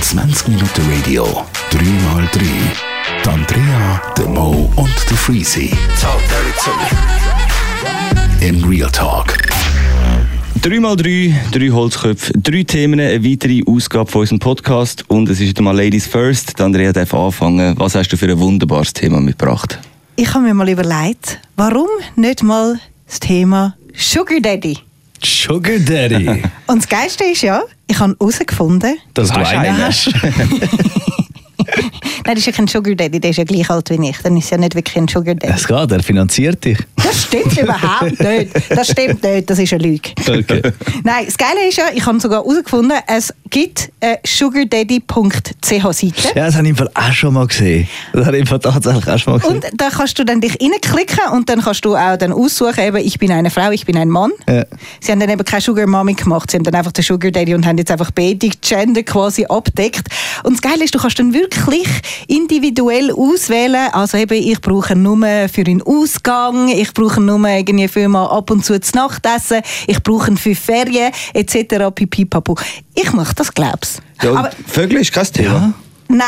20 Minuten Radio, 3x3. Die Andrea, der Mo und der Freezy. Im Real Talk. 3x3, drei Holzköpfe, drei Themen, eine weitere Ausgabe von unserem Podcast. Und es ist wieder mal Ladies First. Die Andrea darf anfangen. Was hast du für ein wunderbares Thema mitgebracht? Ich habe mir mal überlegt, warum nicht mal das Thema Sugar Daddy? Sugar Daddy. Und das Geilste ist ja, ich habe herausgefunden, Dass du einen hast. nein, das ist ja kein Sugar Daddy, der ist ja gleich alt wie ich, dann ist es ja nicht wirklich ein Sugar Daddy. Es geht, er finanziert dich. Das stimmt überhaupt nicht. Das stimmt nicht, das ist eine Lüge. Okay. Nein, das Geile ist ja, ich habe sogar herausgefunden, es gibt eine sugardaddy.ch-Seite. Ja, das habe ich im Fall auch schon mal gesehen. Das habe ich im Fall tatsächlich auch schon mal gesehen. Und da kannst du dann dich reinklicken und dann kannst du auch dann aussuchen, eben, ich bin eine Frau, ich bin ein Mann. Ja. Sie haben dann eben keine Sugar Mommy gemacht, sie haben dann einfach den Sugar Daddy und haben jetzt einfach beide Gender quasi abdeckt. Und das Geile ist, du kannst dann wirklich individuell auswählen, also eben, ich brauche nur für den Ausgang, ich brauche nur irgendwie für mal ab und zu zu Nachtessen, ich brauche ihn für Ferien, etc. pipi papu. Ich mache das, glaub's. Ja, und Aber Vögel ist kein Thema. Nein.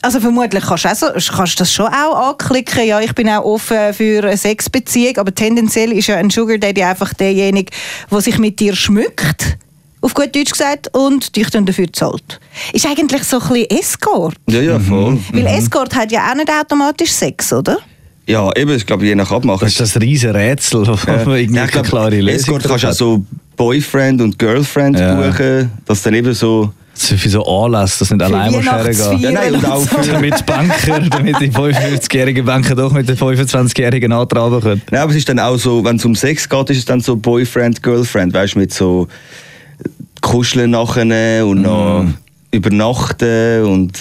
Also vermutlich kannst du auch so, kannst das schon auch anklicken. Ja, ich bin auch offen für eine Sexbeziehung, aber tendenziell ist ja ein Sugar Daddy einfach derjenige, der sich mit dir schmückt, auf gut Deutsch gesagt, und dich dann dafür zahlt. Ist eigentlich so ein bisschen Escort. Ja, ja, Mhm. voll. Weil Escort hat ja auch nicht automatisch Sex, oder? Ja, eben, ich glaube, je nach Abmachen. Das ist das riesige Rätsel, wo man irgendwie Ja, ich keine glaub, klare Lösung Escort kannst du auch drauf hat. so Boyfriend und Girlfriend Ja. buchen, dass dann eben so... Das ist Für so Anlass, dass du nicht allein musst Weihnachtsfeier hergehen. Ja, nein, und auch so. Damit die Banker, damit die 55-jährigen Banker doch mit den 25-jährigen antraben können. Nein, aber es ist dann auch so, wenn es um Sex geht, ist es dann so Boyfriend, Girlfriend, weißt du, mit so Kuscheln nachher und noch Mhm. übernachten und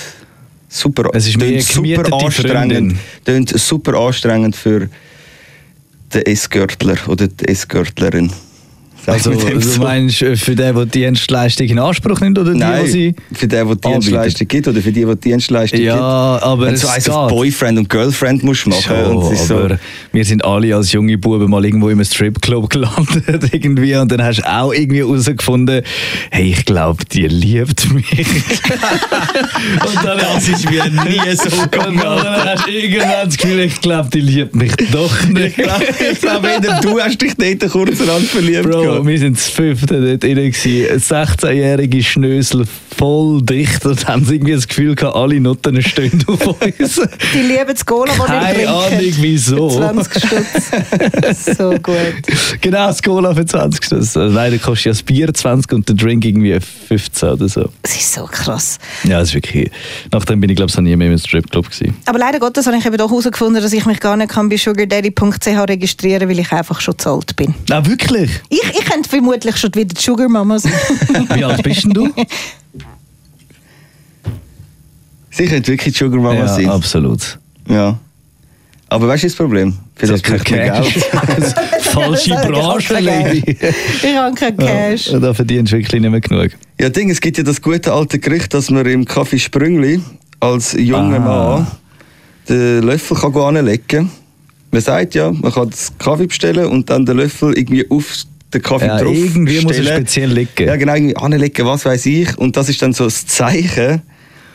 super. Es ist mehr tönt eine gemietete anstrengend, tönt super anstrengend für den Essgürtler oder die Essgürtlerin. Sag ich Also, mit dem du so. meinst äh, für den, der die Dienstleistung in Anspruch nimmt oder die, Nein, die sie für den, der die anbietet? Dienstleistung gibt oder für die, die die Dienstleistung Ja, gibt. aber Wenn du so es eins auf geht. Boyfriend und Girlfriend musst machen Schon, und es ist so, aber wir sind alle als junge Buben mal irgendwo im Stripclub gelandet irgendwie und dann hast du auch irgendwie herausgefunden, hey, ich glaube, die liebt mich. und dann das ist mir nie so gegangen. Und dann hast du irgendwann das Gefühl, ich glaube, die liebt mich doch nicht. ich glaube, weder du hast dich dort kurzerhand verliebt. Bro, gehabt. wir sind das fünfte dort drin. gewesen. 16-jährige Schnösel voll dicht und haben irgendwie das Gefühl gehabt, alle Nutten stehen auf uns. Die lieben das Cola, das nicht Keine Ahnung, trinken. wieso. 20 Stutz. so gut. Genau, das Cola für 20. Das, äh, leider kostet ja das Bier 20 und der Drink irgendwie 15 oder so. Es ist so krass. Ja, das ist wirklich. Nachdem bin ich, glaube ich, noch nie mehr im Stripclub gewesen. Aber leider Gottes habe ich eben doch herausgefunden, dass ich mich gar nicht kann bei sugardaddy.ch registrieren weil ich einfach schon zu alt bin. Ah, wirklich? Ich, ich könnte vermutlich schon wieder die Sugar Mama sein. Wie alt bist denn du? Sie könnte wirklich die Sugar Mama ja, sein. absolut. Ja. Aber weißt du das Problem? Für das braucht man Geld. Falsche Das habe ich auch Branche, Lady. ich habe keinen Cash. Ja, äh, da verdienst du wirklich nicht mehr genug. Ja, Ding, es gibt ja das gute alte Gerücht, dass man im Kaffee Sprüngli als junger Ah. Mann den Löffel kann go anlegen kann. Man sagt ja, man kann den Kaffee bestellen und dann den Löffel irgendwie auf den Kaffee Ja, drauf irgendwie muss er stellen. speziell liegen. Ja, genau, irgendwie anlegen, was weiß ich. Und das ist dann so das Zeichen,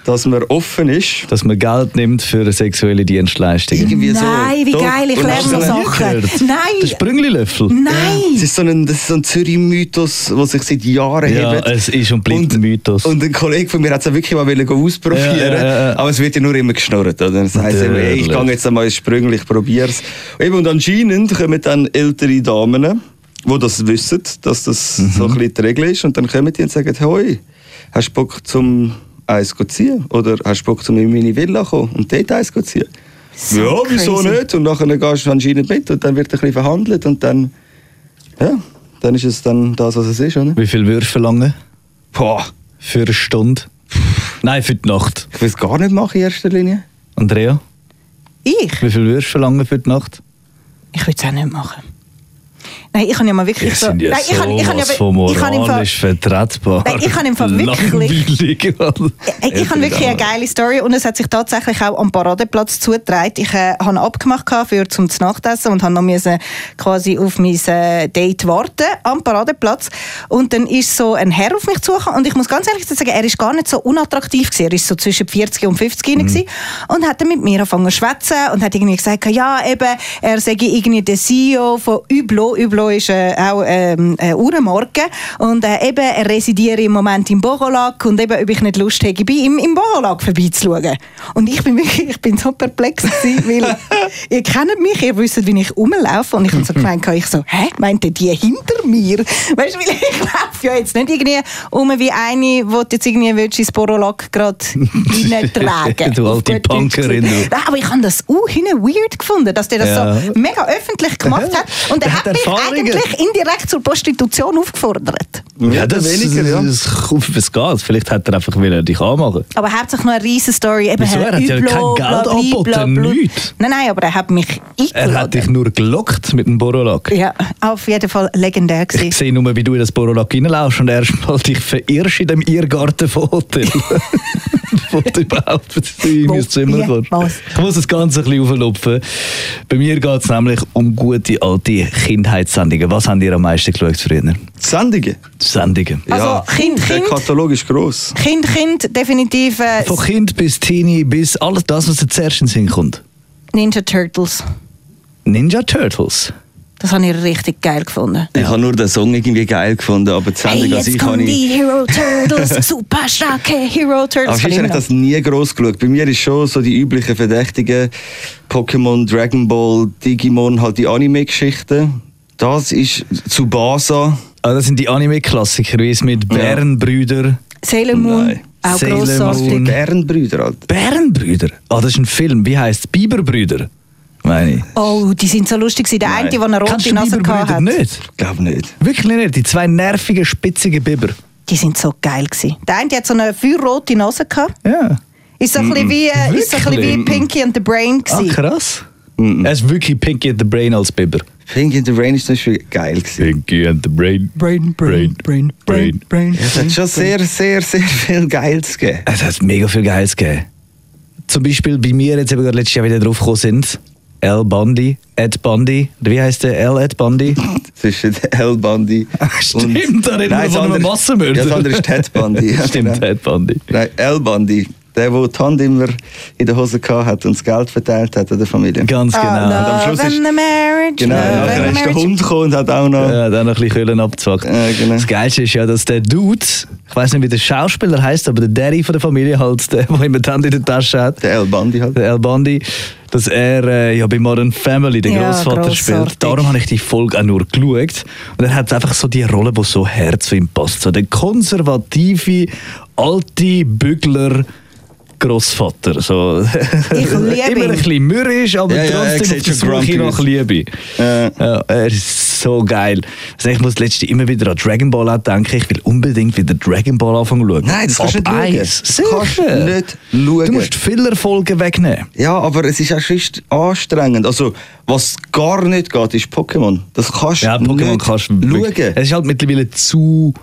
dass man offen ist. Dass man Geld nimmt für sexuelle Dienstleistungen. Irgendwie so. Nein, wie Doch. geil, ich Und lerne hast du noch das noch nie Sachen. gehört? Der Nein, Sprünglilöffel. Es nein. ist so ein, das ist so ein Zürich-Mythos, der sich seit Jahren Ja, also hebt. es ist und bleibt ein Mythos. Und ein Kollege von mir hat es wirklich mal wollen go ausprobieren Ja, ja, ja. aber es wird ja nur immer geschnurrt. Oder? Das heisst, eben, hey, ich Natürlich. gehe jetzt einmal ins Sprüngli, ich probiere es. Und anscheinend kommen dann ältere Damen, die das wissen, dass das so ein bisschen die Regel ist, und dann kommen die und sagen, «Hoi, hast du Bock zum eins zu ziehen?» Oder «Hast du Bock, zum in meine Villa zu kommen und dort eins zu ziehen?» So «Ja, wieso crazy. nicht?» Und dann gehst du anscheinend mit und dann wird ein bisschen verhandelt und dann... Ja, dann ist es dann das, was es ist, oder? Wie viel Würfe lange? Boah, Für eine Stunde? Nein, für die Nacht. ich will es gar nicht machen in erster Linie. Andrea, Ich? wie viel Würfe lange für die Nacht? Ich würde es auch nicht machen. Nein, ich habe ja mal wirklich Ich so... sind ja nein, ich sowas habe- ich habe ja- von ich habe im Fall- moralisch vertretbar. Nein, ich habe im Fall wirklich- Langweilig, Mann. Ich, Äh, ich habe wirklich eine geile Story und es hat sich tatsächlich auch am Paradeplatz zugetragen. Ich äh, habe abgemacht gehabt für zum Nachtessen und habe noch müssen quasi auf mein äh, Date warten am Paradeplatz und dann ist so ein Herr auf mich zugekommen und ich muss ganz ehrlich sagen, er ist gar nicht so unattraktiv gewesen. Er ist so zwischen 40 und 50 mhm. gewesen und hat dann mit mir angefangen zu schwätzen und hat irgendwie gesagt, ja eben, er sei irgendwie der CEO von Üblo. Üblo ist äh, auch ähm, eine Uhrenmarke und äh, eben, er residiere im Moment im Bocholag und eben, ob ich nicht Lust hätte, bei ihm im Bocholag vorbeizuschauen. Und ich bin wirklich, ich bin so perplex gewesen, weil ihr kennt mich, ihr wisst, wie ich rumlaufe und ich habe Mhm. so gemeint, ich so, hä, meint ihr die hinter mir? Weißt du, weil ich laufe ja jetzt nicht irgendwie um wie eine, wo du jetzt irgendwie willst, ins Bocholag gerade hineintragen. Du Auf alte gut Deutsch Punkerin, gesagt. du. Nein, aber ich habe das auch hinten weird gefunden, dass der das Ja. so mega öffentlich gemacht hat und Der er hat hat mich Erfahrungen. eigentlich indirekt zur Prostitution aufgefordert. Ja, das, weniger, ja. Das, das, das geht. Vielleicht hätte er einfach will dich anmachen Aber hauptsächlich noch eine riesen Story. Eben, Wieso? Er hat ja Üblo, kein bla, Geld bla, angeboten, bla, bla. nichts. Nein, nein, aber er hat mich Er hat dich eingeladen. nur gelockt mit dem Borolak. Ja, auf jeden Fall legendär Ich gewesen. sehe nur, wie du in das Borolak reinlaufst und erstmal dich verirrst in dem Irrgarten von Hotel. Bevor du überhaupt in mein Wo? Zimmer Wie? Was? kommst. Ich muss das Ganze ein bisschen auflupfen. Bei mir geht es nämlich um gute alte Kindheitssendungen. Was habt ihr am meisten geschaut früher? Sendungen. Sendungen. Also, Kind, Der Kind. Katalog ist gross. Kind, Kind, definitiv äh, Von Kind bis Teenie bis alles das, was dir zuerst in den Sinn kommt. Ninja Turtles. Ninja Turtles. Das habe ich richtig geil gefunden. Ich habe nur den Song irgendwie geil gefunden, aber die Sendung an sich habe ich... Hero Turtles, super starke Hero Aber Turtles. sonst habe ich das nie gross geschaut. Bei mir ist schon so die üblichen Verdächtigen Pokémon, Dragon Ball, Digimon, halt die Anime-Geschichten. Das ist Hm. Tsubasa. Ah, das sind die Anime-Klassiker, wie es mit Bärenbrüder. Sailor Moon, Nein. auch Sailor grossartig. Moon. Bärenbrüder, Alter. Bärenbrüder? Ah, das ist ein Film. Wie heißt Biberbrüder? Meine ich. Oh, die sind so lustig. gewesen. Der eine, der eine Kennst rote du Nase Biberbrüder hatte. nicht? Glaub nicht. Wirklich nicht. Die zwei nervigen, spitzigen Biber. Die sind so geil. Gewesen. Der eine hat so eine feuerrote Nase gehabt. Ja. Ist so ein bisschen wie, äh, ist so ein bisschen wie Wirklich? Pinky and the Brain. Ah, gewesen. krass. Er ist wirklich Pinky and the Brain als Biber. Hm, Pink in the Rain ist zum Beispiel geil gewesen. Pinky and the Brain. Brain, brain, brain, brain, brain. Es hat schon sehr, sehr, sehr viel Geiles gegeben. Es hat mega viel Geiles gegeben. Zum Beispiel bei mir, jetzt eben gerade letztes Jahr wieder draufgekommen sind, L. Bundy, Ed Bundy, oder wie heißt der? L. Ed Bundy? Zwischen El Bundy Ah, Stimmt, da Nein, reden wir das von einem andere- Massenmörder. Ja, das andere ist Ted Bundy. Ja, Stimmt, genau. Ed Bundy. Nein, El Bundy. Der, der die Hand immer in der Hose gehabt hat und das Geld verteilt hat an der Familie. Ganz Ah, genau. am Love Schluss ist- and the marriage. Genau, love ja, and dann the ist der marriage. Hund gekommen und hat auch noch... Ja, dann noch ein bisschen Kühlen abgezwackt. Genau. Ja, genau. Das Geilste ist ja, dass der Dude, ich weiß nicht, wie der Schauspieler heißt, aber der Daddy von der Familie, halt, der, der immer die Hand in der Tasche hat, Der El Bundy halt. der El Bundy, dass er äh, ja bei Modern Family den Ja, Großvater grossartig. spielt. Darum habe ich die Folge auch nur geschaut. Und er hat einfach so die Rolle, die so her zu ihm passt. So der konservative, alte Bügler. Grossvater. So. Ich liebe Immer ein ihn. bisschen mürrisch, aber Ja, ja, er trotzdem sieht auf schon der Suche grumpy nach aus. Liebe. Äh. Ja, er ist so geil. Also ich muss das letzte immer wieder an Dragon Ball auch denken. Ich will unbedingt wieder Dragon Ball anfangen zu schauen. Nein, das kannst du Ab nicht schauen. eins. Das kannst du Sicher. nicht schauen. Du musst viele Folgen wegnehmen. Ja, aber es ist auch sonst anstrengend. Also, was gar nicht geht, ist Pokémon. Das kannst du Ja, Pokémon nicht kannst du wirklich- schauen. Es ist halt mittlerweile zu...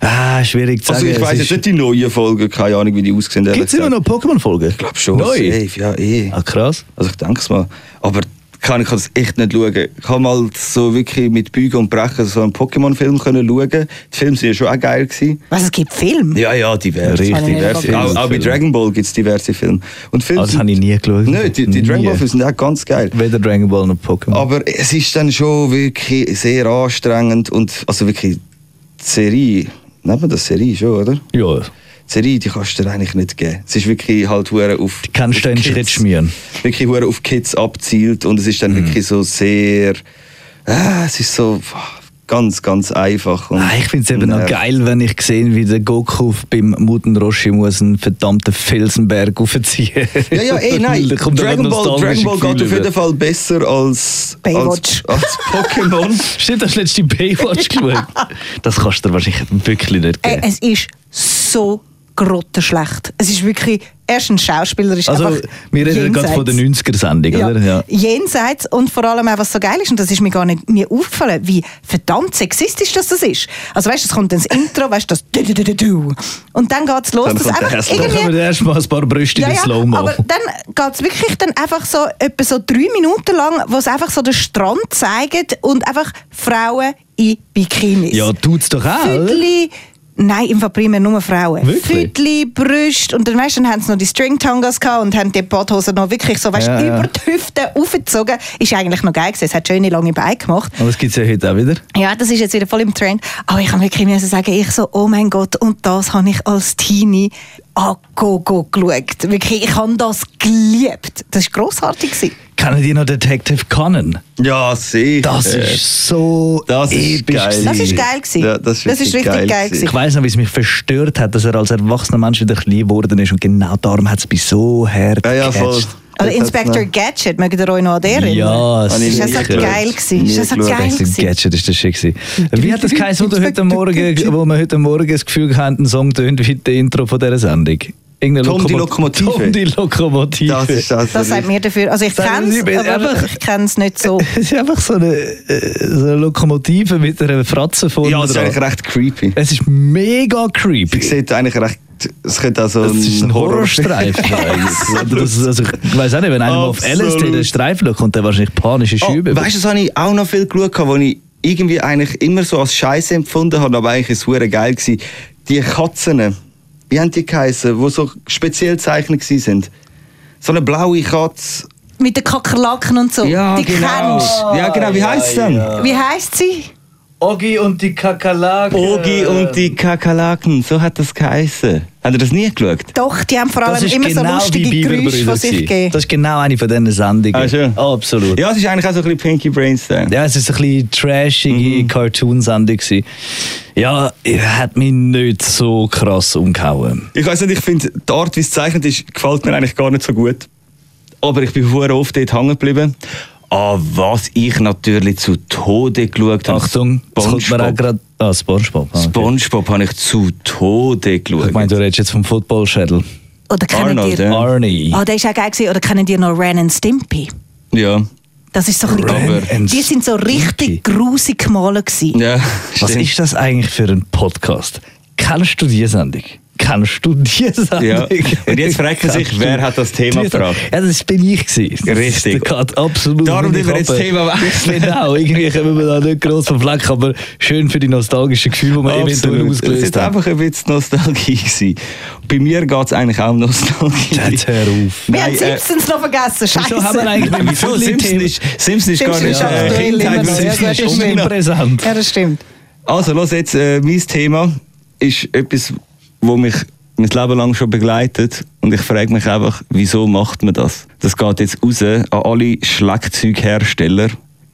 Ah, schwierig zu Also, sagen. ich Es weiss ist- jetzt nicht die neuen Folgen, keine Ahnung, wie die aussehen. ehrlich Gibt es immer gesagt. noch Pokémon-Folgen? Ich Ich glaube schon. Neu? Safe, ja, eh. Ah, krass. Also, ich denke es mal. Aber kann, ich kann das echt nicht schauen. Ich habe mal so wirklich mit Bügen und Brechen so einen Pokémon-Film können schauen. Die Filme waren ja schon auch geil. Gewesen. Was, es gibt Film? Ja, ja, diverse. Richtig, diverse. Also diverse Auch, auch bei Filme. Dragon Ball gibt es diverse Filme. Und Filme Ah, das sind- habe ich nie geschaut. Nein, die, die Nie. Dragon Ball Filme sind auch ganz geil. Weder Dragon Ball noch Pokémon. Aber es ist dann schon wirklich sehr anstrengend und also wirklich die Serie, nennt man das Serie schon, oder? Die Ja, Serie, die kannst du dir eigentlich nicht geben. Es ist wirklich halt hure auf die kannst du auf einen Kids- Schritt schmieren. Mhm. Wirklich hure auf Kids abzielt und es ist dann wirklich so sehr, ah, es ist so ganz, ganz einfach. Und Ah, ich finde es eben noch nervt. geil, wenn ich sehe, wie der Goku auf- beim Muten Roshi muss einen verdammten Felsenberg aufziehen. Ja, ja, ey, nein. Da kommt dann Dragon noch Ball, Dragon nostalgische Ball geht Gefühle auf jeden über. Fall besser als, Baywatch. als, als Genau. Pokémon. Stimmt, hast du letzte Baywatch geschaut? Das kannst du dir wahrscheinlich wirklich nicht Äh, geben. es ist so grottenschlecht. Es ist wirklich er ist ein Schauspieler. Ist Also, einfach wir reden gerade von der jenseits. 90er-Sendung, oder? Ja. Jenseits und vor allem auch, was so geil ist, und das ist mir gar nicht mir aufgefallen, wie verdammt sexistisch das, das ist. Also weißt du, es kommt dann das Intro, weißt du, das du, du, du, du, du. und dann geht es los. Dann dass kommt der einfach Hässler. Da irgendwie- haben wir erst mal ein paar Brüste in ja, der ja, Slow-Mo. aber dann geht es wirklich dann einfach so etwa so drei Minuten lang, wo es einfach so den Strand zeigt und einfach Frauen in Bikinis. Ja, tut's doch auch, oder? Füdli, Nein, im Fall primär nur Frauen. Wirklich? Füdli, Brüste und dann, weißt, du, dann haben sie noch die Stringtangas gehabt und haben die Badhosen noch wirklich so weißt, Ja, ja. über die Hüfte aufgezogen. Ist eigentlich noch geil gewesen. Es hat schöne lange Beine gemacht. Aber das gibt es ja heute auch wieder. Ja, das ist jetzt wieder voll im Trend. Aber ich kann wirklich müssen sagen, ich so, oh mein Gott, und das habe ich als Teenie an go, go geschaut. Wirklich, ich habe das geliebt. Das war grossartig. gewesen. Kennen die noch Detective Conan? Ja, sicher. Das ist so Das ist episch. geil. gewesen. Das ist geil. gewesen. Ja, das ist Das ist richtig richtig geil geil gewesen. Ich weiss noch, wie es mich verstört hat, dass er als erwachsener Mensch wieder klein geworden ist. Und genau darum hat es mich so hart Ja, ja, voll. gecatcht. Das Oder hat's Also, Inspector noch- Gadget, mögt ihr euch noch an der erinnern? Ja, Habe ich Ist das nie so geschaut. geil gewesen? Ist das so Nie geschaut. geil Das ist ein gewesen? Gadget, ist das schön gewesen. Wie hat das geheißen, wo, du heute Morgen, wo wir heute Morgen das Gefühl hatten, ein Song tönt wie das Intro von dieser Sendung? Irgendeine Tom, die Lokoma- Lokomotive. Tom, die Lokomotive. Das ist also Das sagt mir dafür. Also ich Sagen kenne Sie bitte es, aber einfach- ich kenne es nicht so. Es ist einfach so eine, äh, so eine Lokomotive mit einer Fratze vorne Ja, das ist dran. eigentlich recht creepy. Es ist mega creepy. Sie sieht eigentlich recht. Es könnte also Das ist ein Oh, Horrorstreifen. eigentlich. Oder das, also ich weiß auch nicht, wenn einer mal auf Absolut. LSD den Streifen schaut, kommt der wahrscheinlich panische Oh, Schübe. weißt du, das habe ich auch noch viel geschaut, wo ich irgendwie eigentlich immer so als Scheiße empfunden habe, aber eigentlich ist es hure geil gewesen. Die Katzen, wie haben die geheißen, die so speziell gezeichnet gewesen sind? So eine blaue Katze. Mit den Kakerlaken und so. Die kennst Ja, genau, wie heisst es denn? du. Wie heisst sie? Ogi und die Kakerlake. Ogi und die Kakerlaken, so hat das geheißen. Habt ihr das nie geschaut? Doch, die haben vor Das allem ist immer so genau lustige wie Geräusche Biberbrüder. von sich gewesen. gegeben. Das ist genau eine von diesen Sendungen. Ah, schön. Absolut. Ja. Ja, es ist eigentlich auch so ein bisschen Pinky Brains dann. es ist ein bisschen trashige Mhm. Cartoon-Sendung. gewesen. Ja, er hat mich nicht so krass umgehauen. Ich weiß nicht, ich finde, die Art, wie es gezeichnet ist, gefällt mir eigentlich gar nicht so gut. Aber ich bin sehr oft dort hängen geblieben. Ah, was ich natürlich zu Tode geschaut habe. Achtung, es kommt mir auch SpongeBob. gerade. Ah, Spongebob. Ah, okay. Spongebob habe ich zu Tode geschaut. Ich meine, du redest jetzt vom Football-Schädel. Oder kennt Arnold, ihr... ja. Arnie. Ah, der ist auch geil gewesen. Oder kennen die noch Ren and Stimpy? ja. Das ist so ein bisschen- Ren and Die sind so Stimpy. richtig grusig gemalt gewesen. ja. Was stimmt. ist das eigentlich für ein Podcast? Kennst du die Sendung? Kennst du die Sendung? Ja. Und jetzt fragen sich, Kennst du wer hat das Thema die- gebracht? Ja, das bin ich gewesen. Das Richtig. geht absolut Darum nicht müssen wir jetzt das ab. Thema wechseln. Genau, irgendwie kommen wir da nicht gross vom Fleck, aber schön für die nostalgischen Gefühle, die wir eventuell Absolut. Es ausgelöst ist haben. einfach ein bisschen Nostalgie gewesen. Bei mir geht es eigentlich auch um Nostalgie. Jetzt hör auf. Wir haben Nein, äh, Simpsons noch vergessen. Wieso haben wir Scheiße. eigentlich mit dem Wieso? Simpson Football-Thema- ist, Simpson ist gar Simpson nicht ist äh, aktuell immer Kindheit. noch sehr, Simpson sehr ist ist immer noch- omnipräsent. Ja, das stimmt. Also, los jetzt, äh, mein Thema ist etwas, wo mich mein Leben lang schon begleitet. Und ich frage mich einfach, wieso macht man das? Das geht jetzt raus an alle Schlagzeughersteller.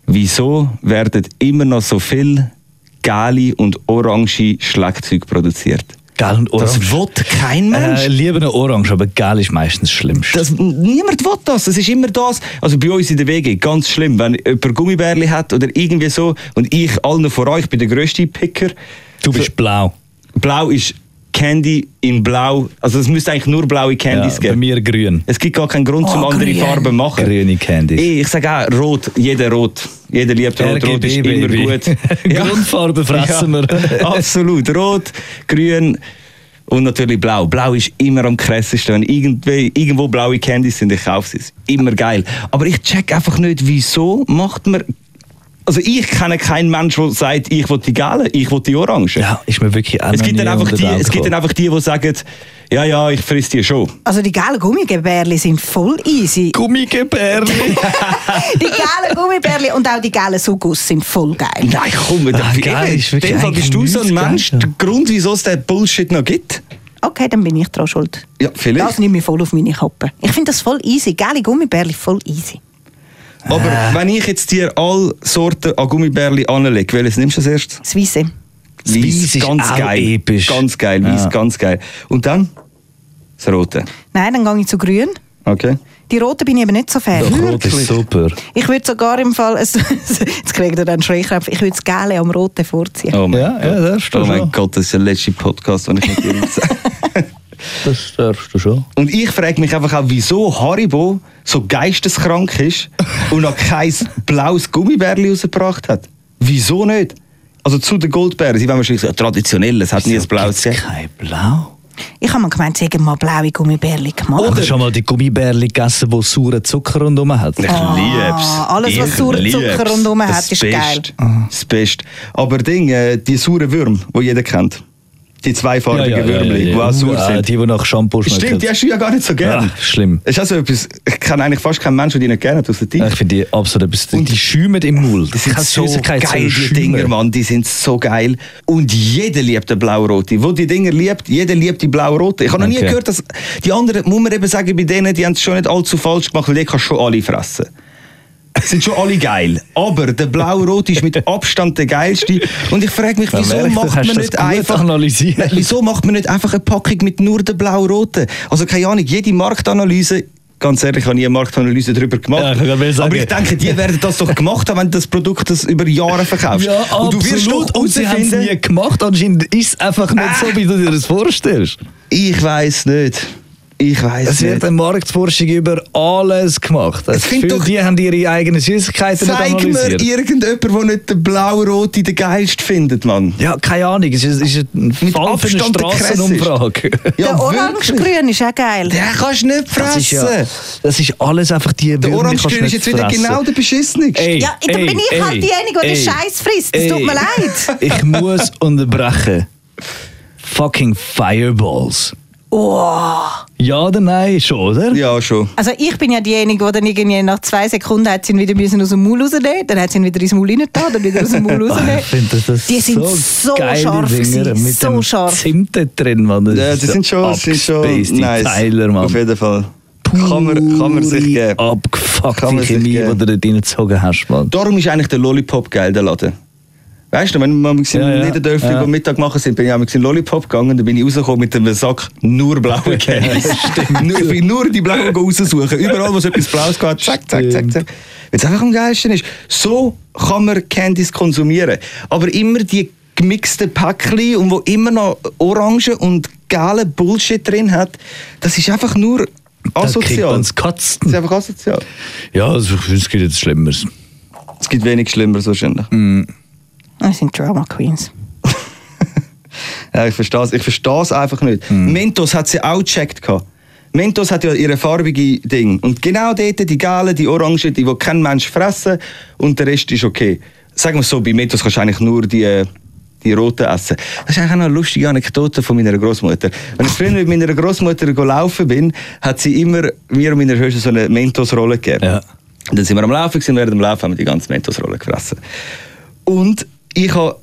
Wieso werden immer noch so viel gelbe und orange Schlagzeug produziert? Gell und Orange. will kein Äh, lieber eine Orange, aber geil ist meistens das Schlimmste. Das, niemand will das. Es ist immer das. Also bei uns in der WG, ganz schlimm, wenn jemand Gummibärli hat oder irgendwie so. Und ich allen vor euch, ich bin der grösste Picker. du bist blau. So, blau ist Candy in Blau. Also es müsste eigentlich nur blaue Ja, Candies bei geben. mir grün. Es gibt gar keinen Grund, zum Oh, andere grün. Farben zu machen. Grüne Candies. Ey, Ich sage auch rot, jeder rot. Jeder liebt rot, rot ist immer Baby. gut. Grundfarbe fressen wir. Absolut, rot, grün und natürlich blau. Blau ist immer am krassesten. Wenn irgendwie, irgendwo blaue Candies sind, ich kaufe sie. Ist Immer geil. Aber ich check einfach nicht, wieso macht man... Also ich kenne keinen Mensch, der sagt, ich will die gelben, ich will die orangen. Ja, ist mir wirklich auch Es noch gibt, dann nie einfach unter die, die Augen es gibt dann gekommen. einfach die, die sagen, ja, ja, ich friss die schon. Also die gelben Gummibärli sind voll easy. Gummigebärli. Die gelben Gummibärli und auch die gelben Sugus sind voll geil. Nein, komm, da Ah, geil, ist in wirklich dem Fall eigentlich bist du so ein nichts Mensch, geil, ja. der Grund, wieso es den Bullshit noch gibt. Okay, dann bin ich dran schuld. Ja, Das nehme ich voll auf meine Kappe. Ich finde das voll easy. Gelbe Gummibärli voll easy. Aber Äh. wenn ich jetzt dir alle Sorten an Gummibärli anlege, welches nimmst du als erstes? Das Weisse. Das Weiss ist auch geil. episch. Ganz geil, Ja. Weiss, ganz geil. Und dann? Das Rote. Nein, dann gehe ich zu grün. Okay. Die roten bin ich eben nicht so fan. Doch, rot ist super. Ich würde sogar im Fall, es- jetzt kriegt ihr dann Schreikrampf, ich würde das Gelbe am Roten vorziehen. Oh mein Ja, Gott. ja, das ist oh doch mein schon. Gott, das ist der letzte Podcast, den ich mit dir sage. Das darfst du schon. Und ich frage mich einfach auch, wieso Haribo so geisteskrank ist und noch kein blaues Gummibärli rausgebracht hat. Wieso nicht? Also zu den Goldbären, sie waren wahrscheinlich so traditionell, es hat nie ein blaues gegeben. Kein Blau. Ich habe mal gemeint, sie hätten mal blaue Gummibärli gemacht. Oder schon mal die Gummibärli gegessen, die sauren Zucker rundherum hat? Ich Ah, lieb's. alles, was Ich sauren Zucker lieb's. rundherum Das hat, ist Beste. geil. Das Beste. Aber Ding, äh, die sauren Würmer, die jeder kennt. Die zweifarbigen Würmli, die auch sauer Ah, sind. Die, die nach Shampoo schmecken. Stimmt, die hast du ja gar nicht so gern. Ah, schlimm. Es Ist also etwas, ich kenne eigentlich fast keinen Menschen, der die nicht gerne hat aus der Ja, Tief. Ah, Ich finde die absolut etwas. Die, Und- die schäumen im Mund. Das sind Keine so Süßigkeit, geil, sondern die schäumen. Dinger, Mann, die sind so geil. Und jeder liebt den blau-rote. Wo die Dinger liebt, jeder liebt die blau-rote. Ich habe noch nie Okay. gehört, dass die anderen, muss man eben sagen, bei denen, die haben es schon nicht allzu falsch gemacht, weil die kannst du schon alle fressen. Es sind schon alle geil. Aber der blau-rote ist mit Abstand der geilste. Und ich frage mich, Man wieso merkt, du macht hast man das nicht gut einfach... analysiert. Wieso macht man nicht einfach eine Packung mit nur den blau-roten? Also keine Ahnung, jede Marktanalyse... Ganz ehrlich, ich habe nie eine Marktanalyse darüber gemacht. Ja, ich wollte gerade sagen. aber ich denke, die werden das doch gemacht haben, wenn du das Produkt das über Jahre verkaufst. Ja, und absolut. du wirst doch Ah! und sie haben es herausfinden- nie gemacht. Anscheinend ist es einfach nicht so, wie du dir das vorstellst. Ich weiß nicht. Ich weiß Es wird nicht. eine Marktforschung über alles gemacht. Das Es sind Gefühl, doch- die haben ihre eigenen Süßigkeiten nicht Zeig mir analysiert. irgendjemand, der nicht den blau-roten den geilsten findet, Mann. Ja, keine Ahnung. Es ist, es ist ein Fall für eine Abstand der krasseste. Strassenumfrage. Ja, der wirklich. orange-grün ist auch geil. Den kannst du nicht Das ist, ja, fressen. das ist alles einfach die Der Würmer, kannst du Orange-Grün ist nicht jetzt wieder fressen. genau der beschissenigste. Ey, Ja, dann ey, bin ich halt ey, diejenige, die den ey, Scheiß frisst. Es ey. tut mir leid. Ich muss unterbrechen. Fucking Fireballs. Oh. Ja oder nein, schon, oder? Ja, schon. Also ich bin ja diejenige, die dann irgendwie nach zwei Sekunden hat sie ihn wieder müssen aus dem Maul rausnehmen dann hat sie ihn wieder ins Maul reingetan, dann wieder aus dem Maul Ah, rausnehmen. ich finde das- das Die sind so geile scharf Dinger gewesen, mit so dem scharf. Zimt da drin, man. Das Ja, ist die sind schon, sind schon abgespaced, die nice. Teiler, man. Auf jeden Fall. Kann man, kann man sich Pure geben. Kann Abgefuckte man sich Chemie, die geben. du da reingezogen hast, man. Darum ist eigentlich der Lollipop geil, der Laden. Weißt du, wenn wir mal Ja, in ja. Niederdörfli Ja. am Mittag machen sind, bin ich einmal in Lollipop gegangen und dann bin ich rausgekommen mit einem Sack nur blaue Käse. Nur- ich bin nur die blauen raussuchen. Überall, wo es etwas Blaues geht, zack, zack, zack, zack. Weil es einfach am geilsten ist. So kann man Candies konsumieren. Aber immer die gemixten Päckchen und wo immer noch Orangen und gelbe Bullshit drin hat, das ist einfach nur Da kriegt asozial. man's Das ist Katzen. einfach asozial. Ja, also, es gibt jetzt Schlimmeres. Es gibt wenig Schlimmeres wahrscheinlich. Das Ah, sind Drama Queens. Ja, ich verstehe es ich versteh's einfach nicht. Mentos hat sie auch gecheckt. gehabt. Mentos hat ja ihre farbige Ding. Und genau dort die gelben, die orangen, die, die kein Mensch fressen und der Rest ist okay. Sagen wir so, bei Mentos kannst du eigentlich nur die, die roten essen. Das ist eigentlich auch noch eine lustige Anekdote von meiner Großmutter. Wenn ich früher mit meiner Großmutter gelaufen bin, hat sie immer mir und meiner Schwester so eine Mentos-Rolle gegeben. Ja. Und dann sind wir am Laufen gewesen, während dem Laufen haben wir die ganze Mentos-Rolle gefressen. Und ich habe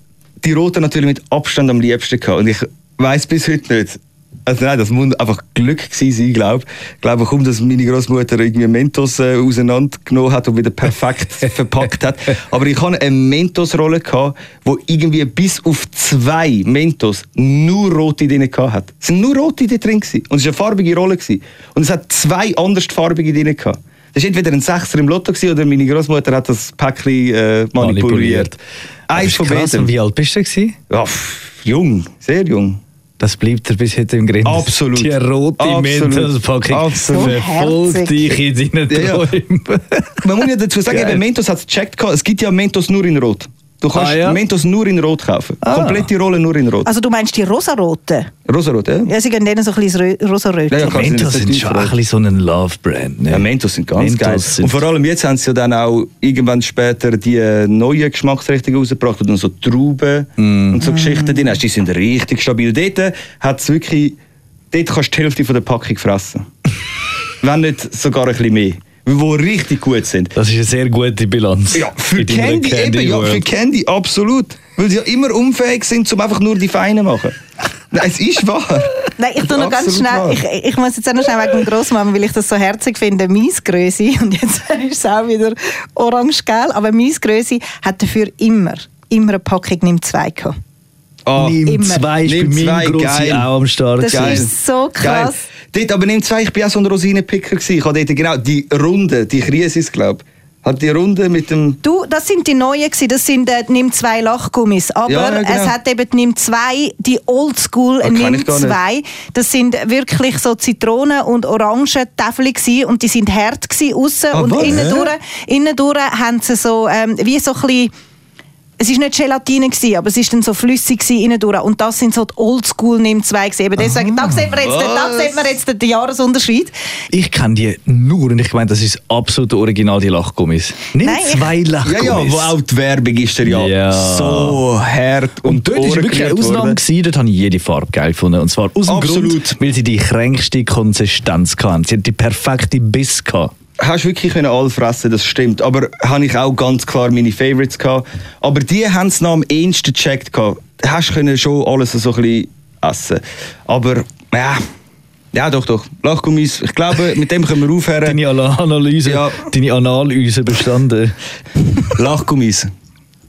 die Roten natürlich mit Abstand am liebsten gehabt. Und ich weiß bis heute nicht, also nein, das muss einfach Glück gewesen sein, glaube ich. glaube kaum, dass meine Großmutter irgendwie Mentos äh, auseinandergenommen hat und wieder perfekt verpackt hat. Aber ich hatte eine Mentos-Rolle, gehabt, wo irgendwie bis auf zwei Mentos nur rote drin gehabt hat. Es waren nur rote dort drin. Gewesen. Und es war eine farbige Rolle. Gewesen. Und es hat zwei andersfarbige drin gehabt. Das war entweder ein Sechser im Lotto gewesen, oder meine Großmutter hat das Päckchen äh, manipuliert. Eins Das von ist krass. Und beiden. Wie alt bist du? Gewesen? Ja, pff, jung, sehr jung. Das bleibt dir bis heute im Grind. Absolut. Die rote Absolut. Mentos-Packung Absolut. verfolgt dich in deinen Ja, ja. Träumen. Man muss ja dazu sagen, Geil. eben, Mentos hat es gecheckt, gehabt, es gibt ja Mentos nur in Rot. Du kannst Ah, ja? Mentos nur in Rot kaufen. Ah. Also- Komplette Rolle nur in Rot. Also du meinst die rosaroten? Rosarot, ja? Ja, sie gehen denen so ein bisschen rosaröten. Ja, ja. Mentos sind schon ein bisschen so ein Love-Brand. Ne? Ja, Mentos sind ganz Mentos geil. sind- und vor allem jetzt haben sie ja dann auch irgendwann später die äh, neuen Geschmacksrichtungen rausgebracht und dann so Trauben Mhm. und so Geschichten drin hast. Die sind richtig stabil. Dort hat's wirklich, dort kannst du die Hälfte von der Packung fressen. Wenn nicht sogar ein bisschen mehr. Die richtig gut sind. Das ist eine sehr gute Bilanz. Ja, für In deiner Candy, eben, ja, für World. Candy, absolut. Weil sie ja immer unfähig sind, um einfach nur die Feinen zu machen. Nein, es ist wahr. Nein, ich tu noch ganz Absolut schnell. wahr. Ich, ich muss jetzt auch noch schnell wegen Großmama, weil ich das so herzig finde. Miesgröße und jetzt ist es auch wieder orange-gelb, aber Miesgröße hat dafür immer, immer eine Packung nimmt zwei gehabt. Ah. Nimm Immer. zwei ist bei Nimm zwei, meinem geil. Grossi auch am Start. Das gewesen. ist so krass. Geil. Dort, aber nimm zwei, ich bin auch so ein Rosinenpicker. gewesen. Ich habe dort genau die Runde, die Krisis, glaube ich, Hat die Runde mit dem. Du, das sind die neuen gewesen, das sind äh, die Nimm 2 Lachgummis. Aber Ja, ja, genau. es hat eben die Nimm 2, die Oldschool Ah, kenn ich Nimm gar nicht. 2. Das sind wirklich so Zitronen- und Orangentäfel gewesen und die sind hart gewesen aussen Ah, und was? innen durch, innen durch haben sie so, ähm, wie so ein bisschen es ist nicht Gelatine gewesen, aber es ist dann so flüssig gewesen innen durch. Und das sind so die Oldschool Nimm 2 gewesen. Eben deswegen, da sehen wir jetzt, den, da Was? sehen wir jetzt den Jahresunterschied. Ich kenne die nur und ich meine, das ist absolut Original, die Lachgummis. Nimm Nein, ich- zwei Ja, Lachgummis. ja, wo auch die Werbung ist der ja, Ja. so hart und Und dort war wirklich eine durchgerührt Ausnahme, worden. gewesen, dort habe ich jede Farbe geil gefunden. Und zwar aus dem Absolut. Grund, weil sie die kränkste Konsistenz hatten. Sie hatten die perfekte Biss. Gehabt. Hast du wirklich können alle fressen, das stimmt. Aber habe ich auch ganz klar meine Favorites gehabt. Aber die haben es noch am ehesten gecheckt gehabt. Hast können schon alles so ein bisschen essen. Aber ja, ja doch, doch. Lachgummis, ich glaube, mit dem können wir aufhören. Deine Ana- Analyse, Ja. deine Analyse bestanden. Lachgummis.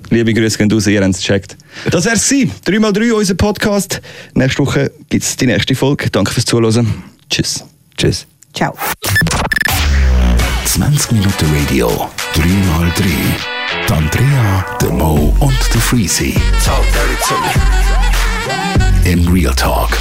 Liebe Grüße gehen raus, ihr habt es gecheckt. Das wär's gewesen. 3x3, unser Podcast. Nächste Woche gibt's die nächste Folge. Danke fürs Zuhören. Tschüss. Tschüss. Ciao. 20 Minuten Radio, 3x3. Die Andrea, der Mo und der Freezy. Im Real Talk.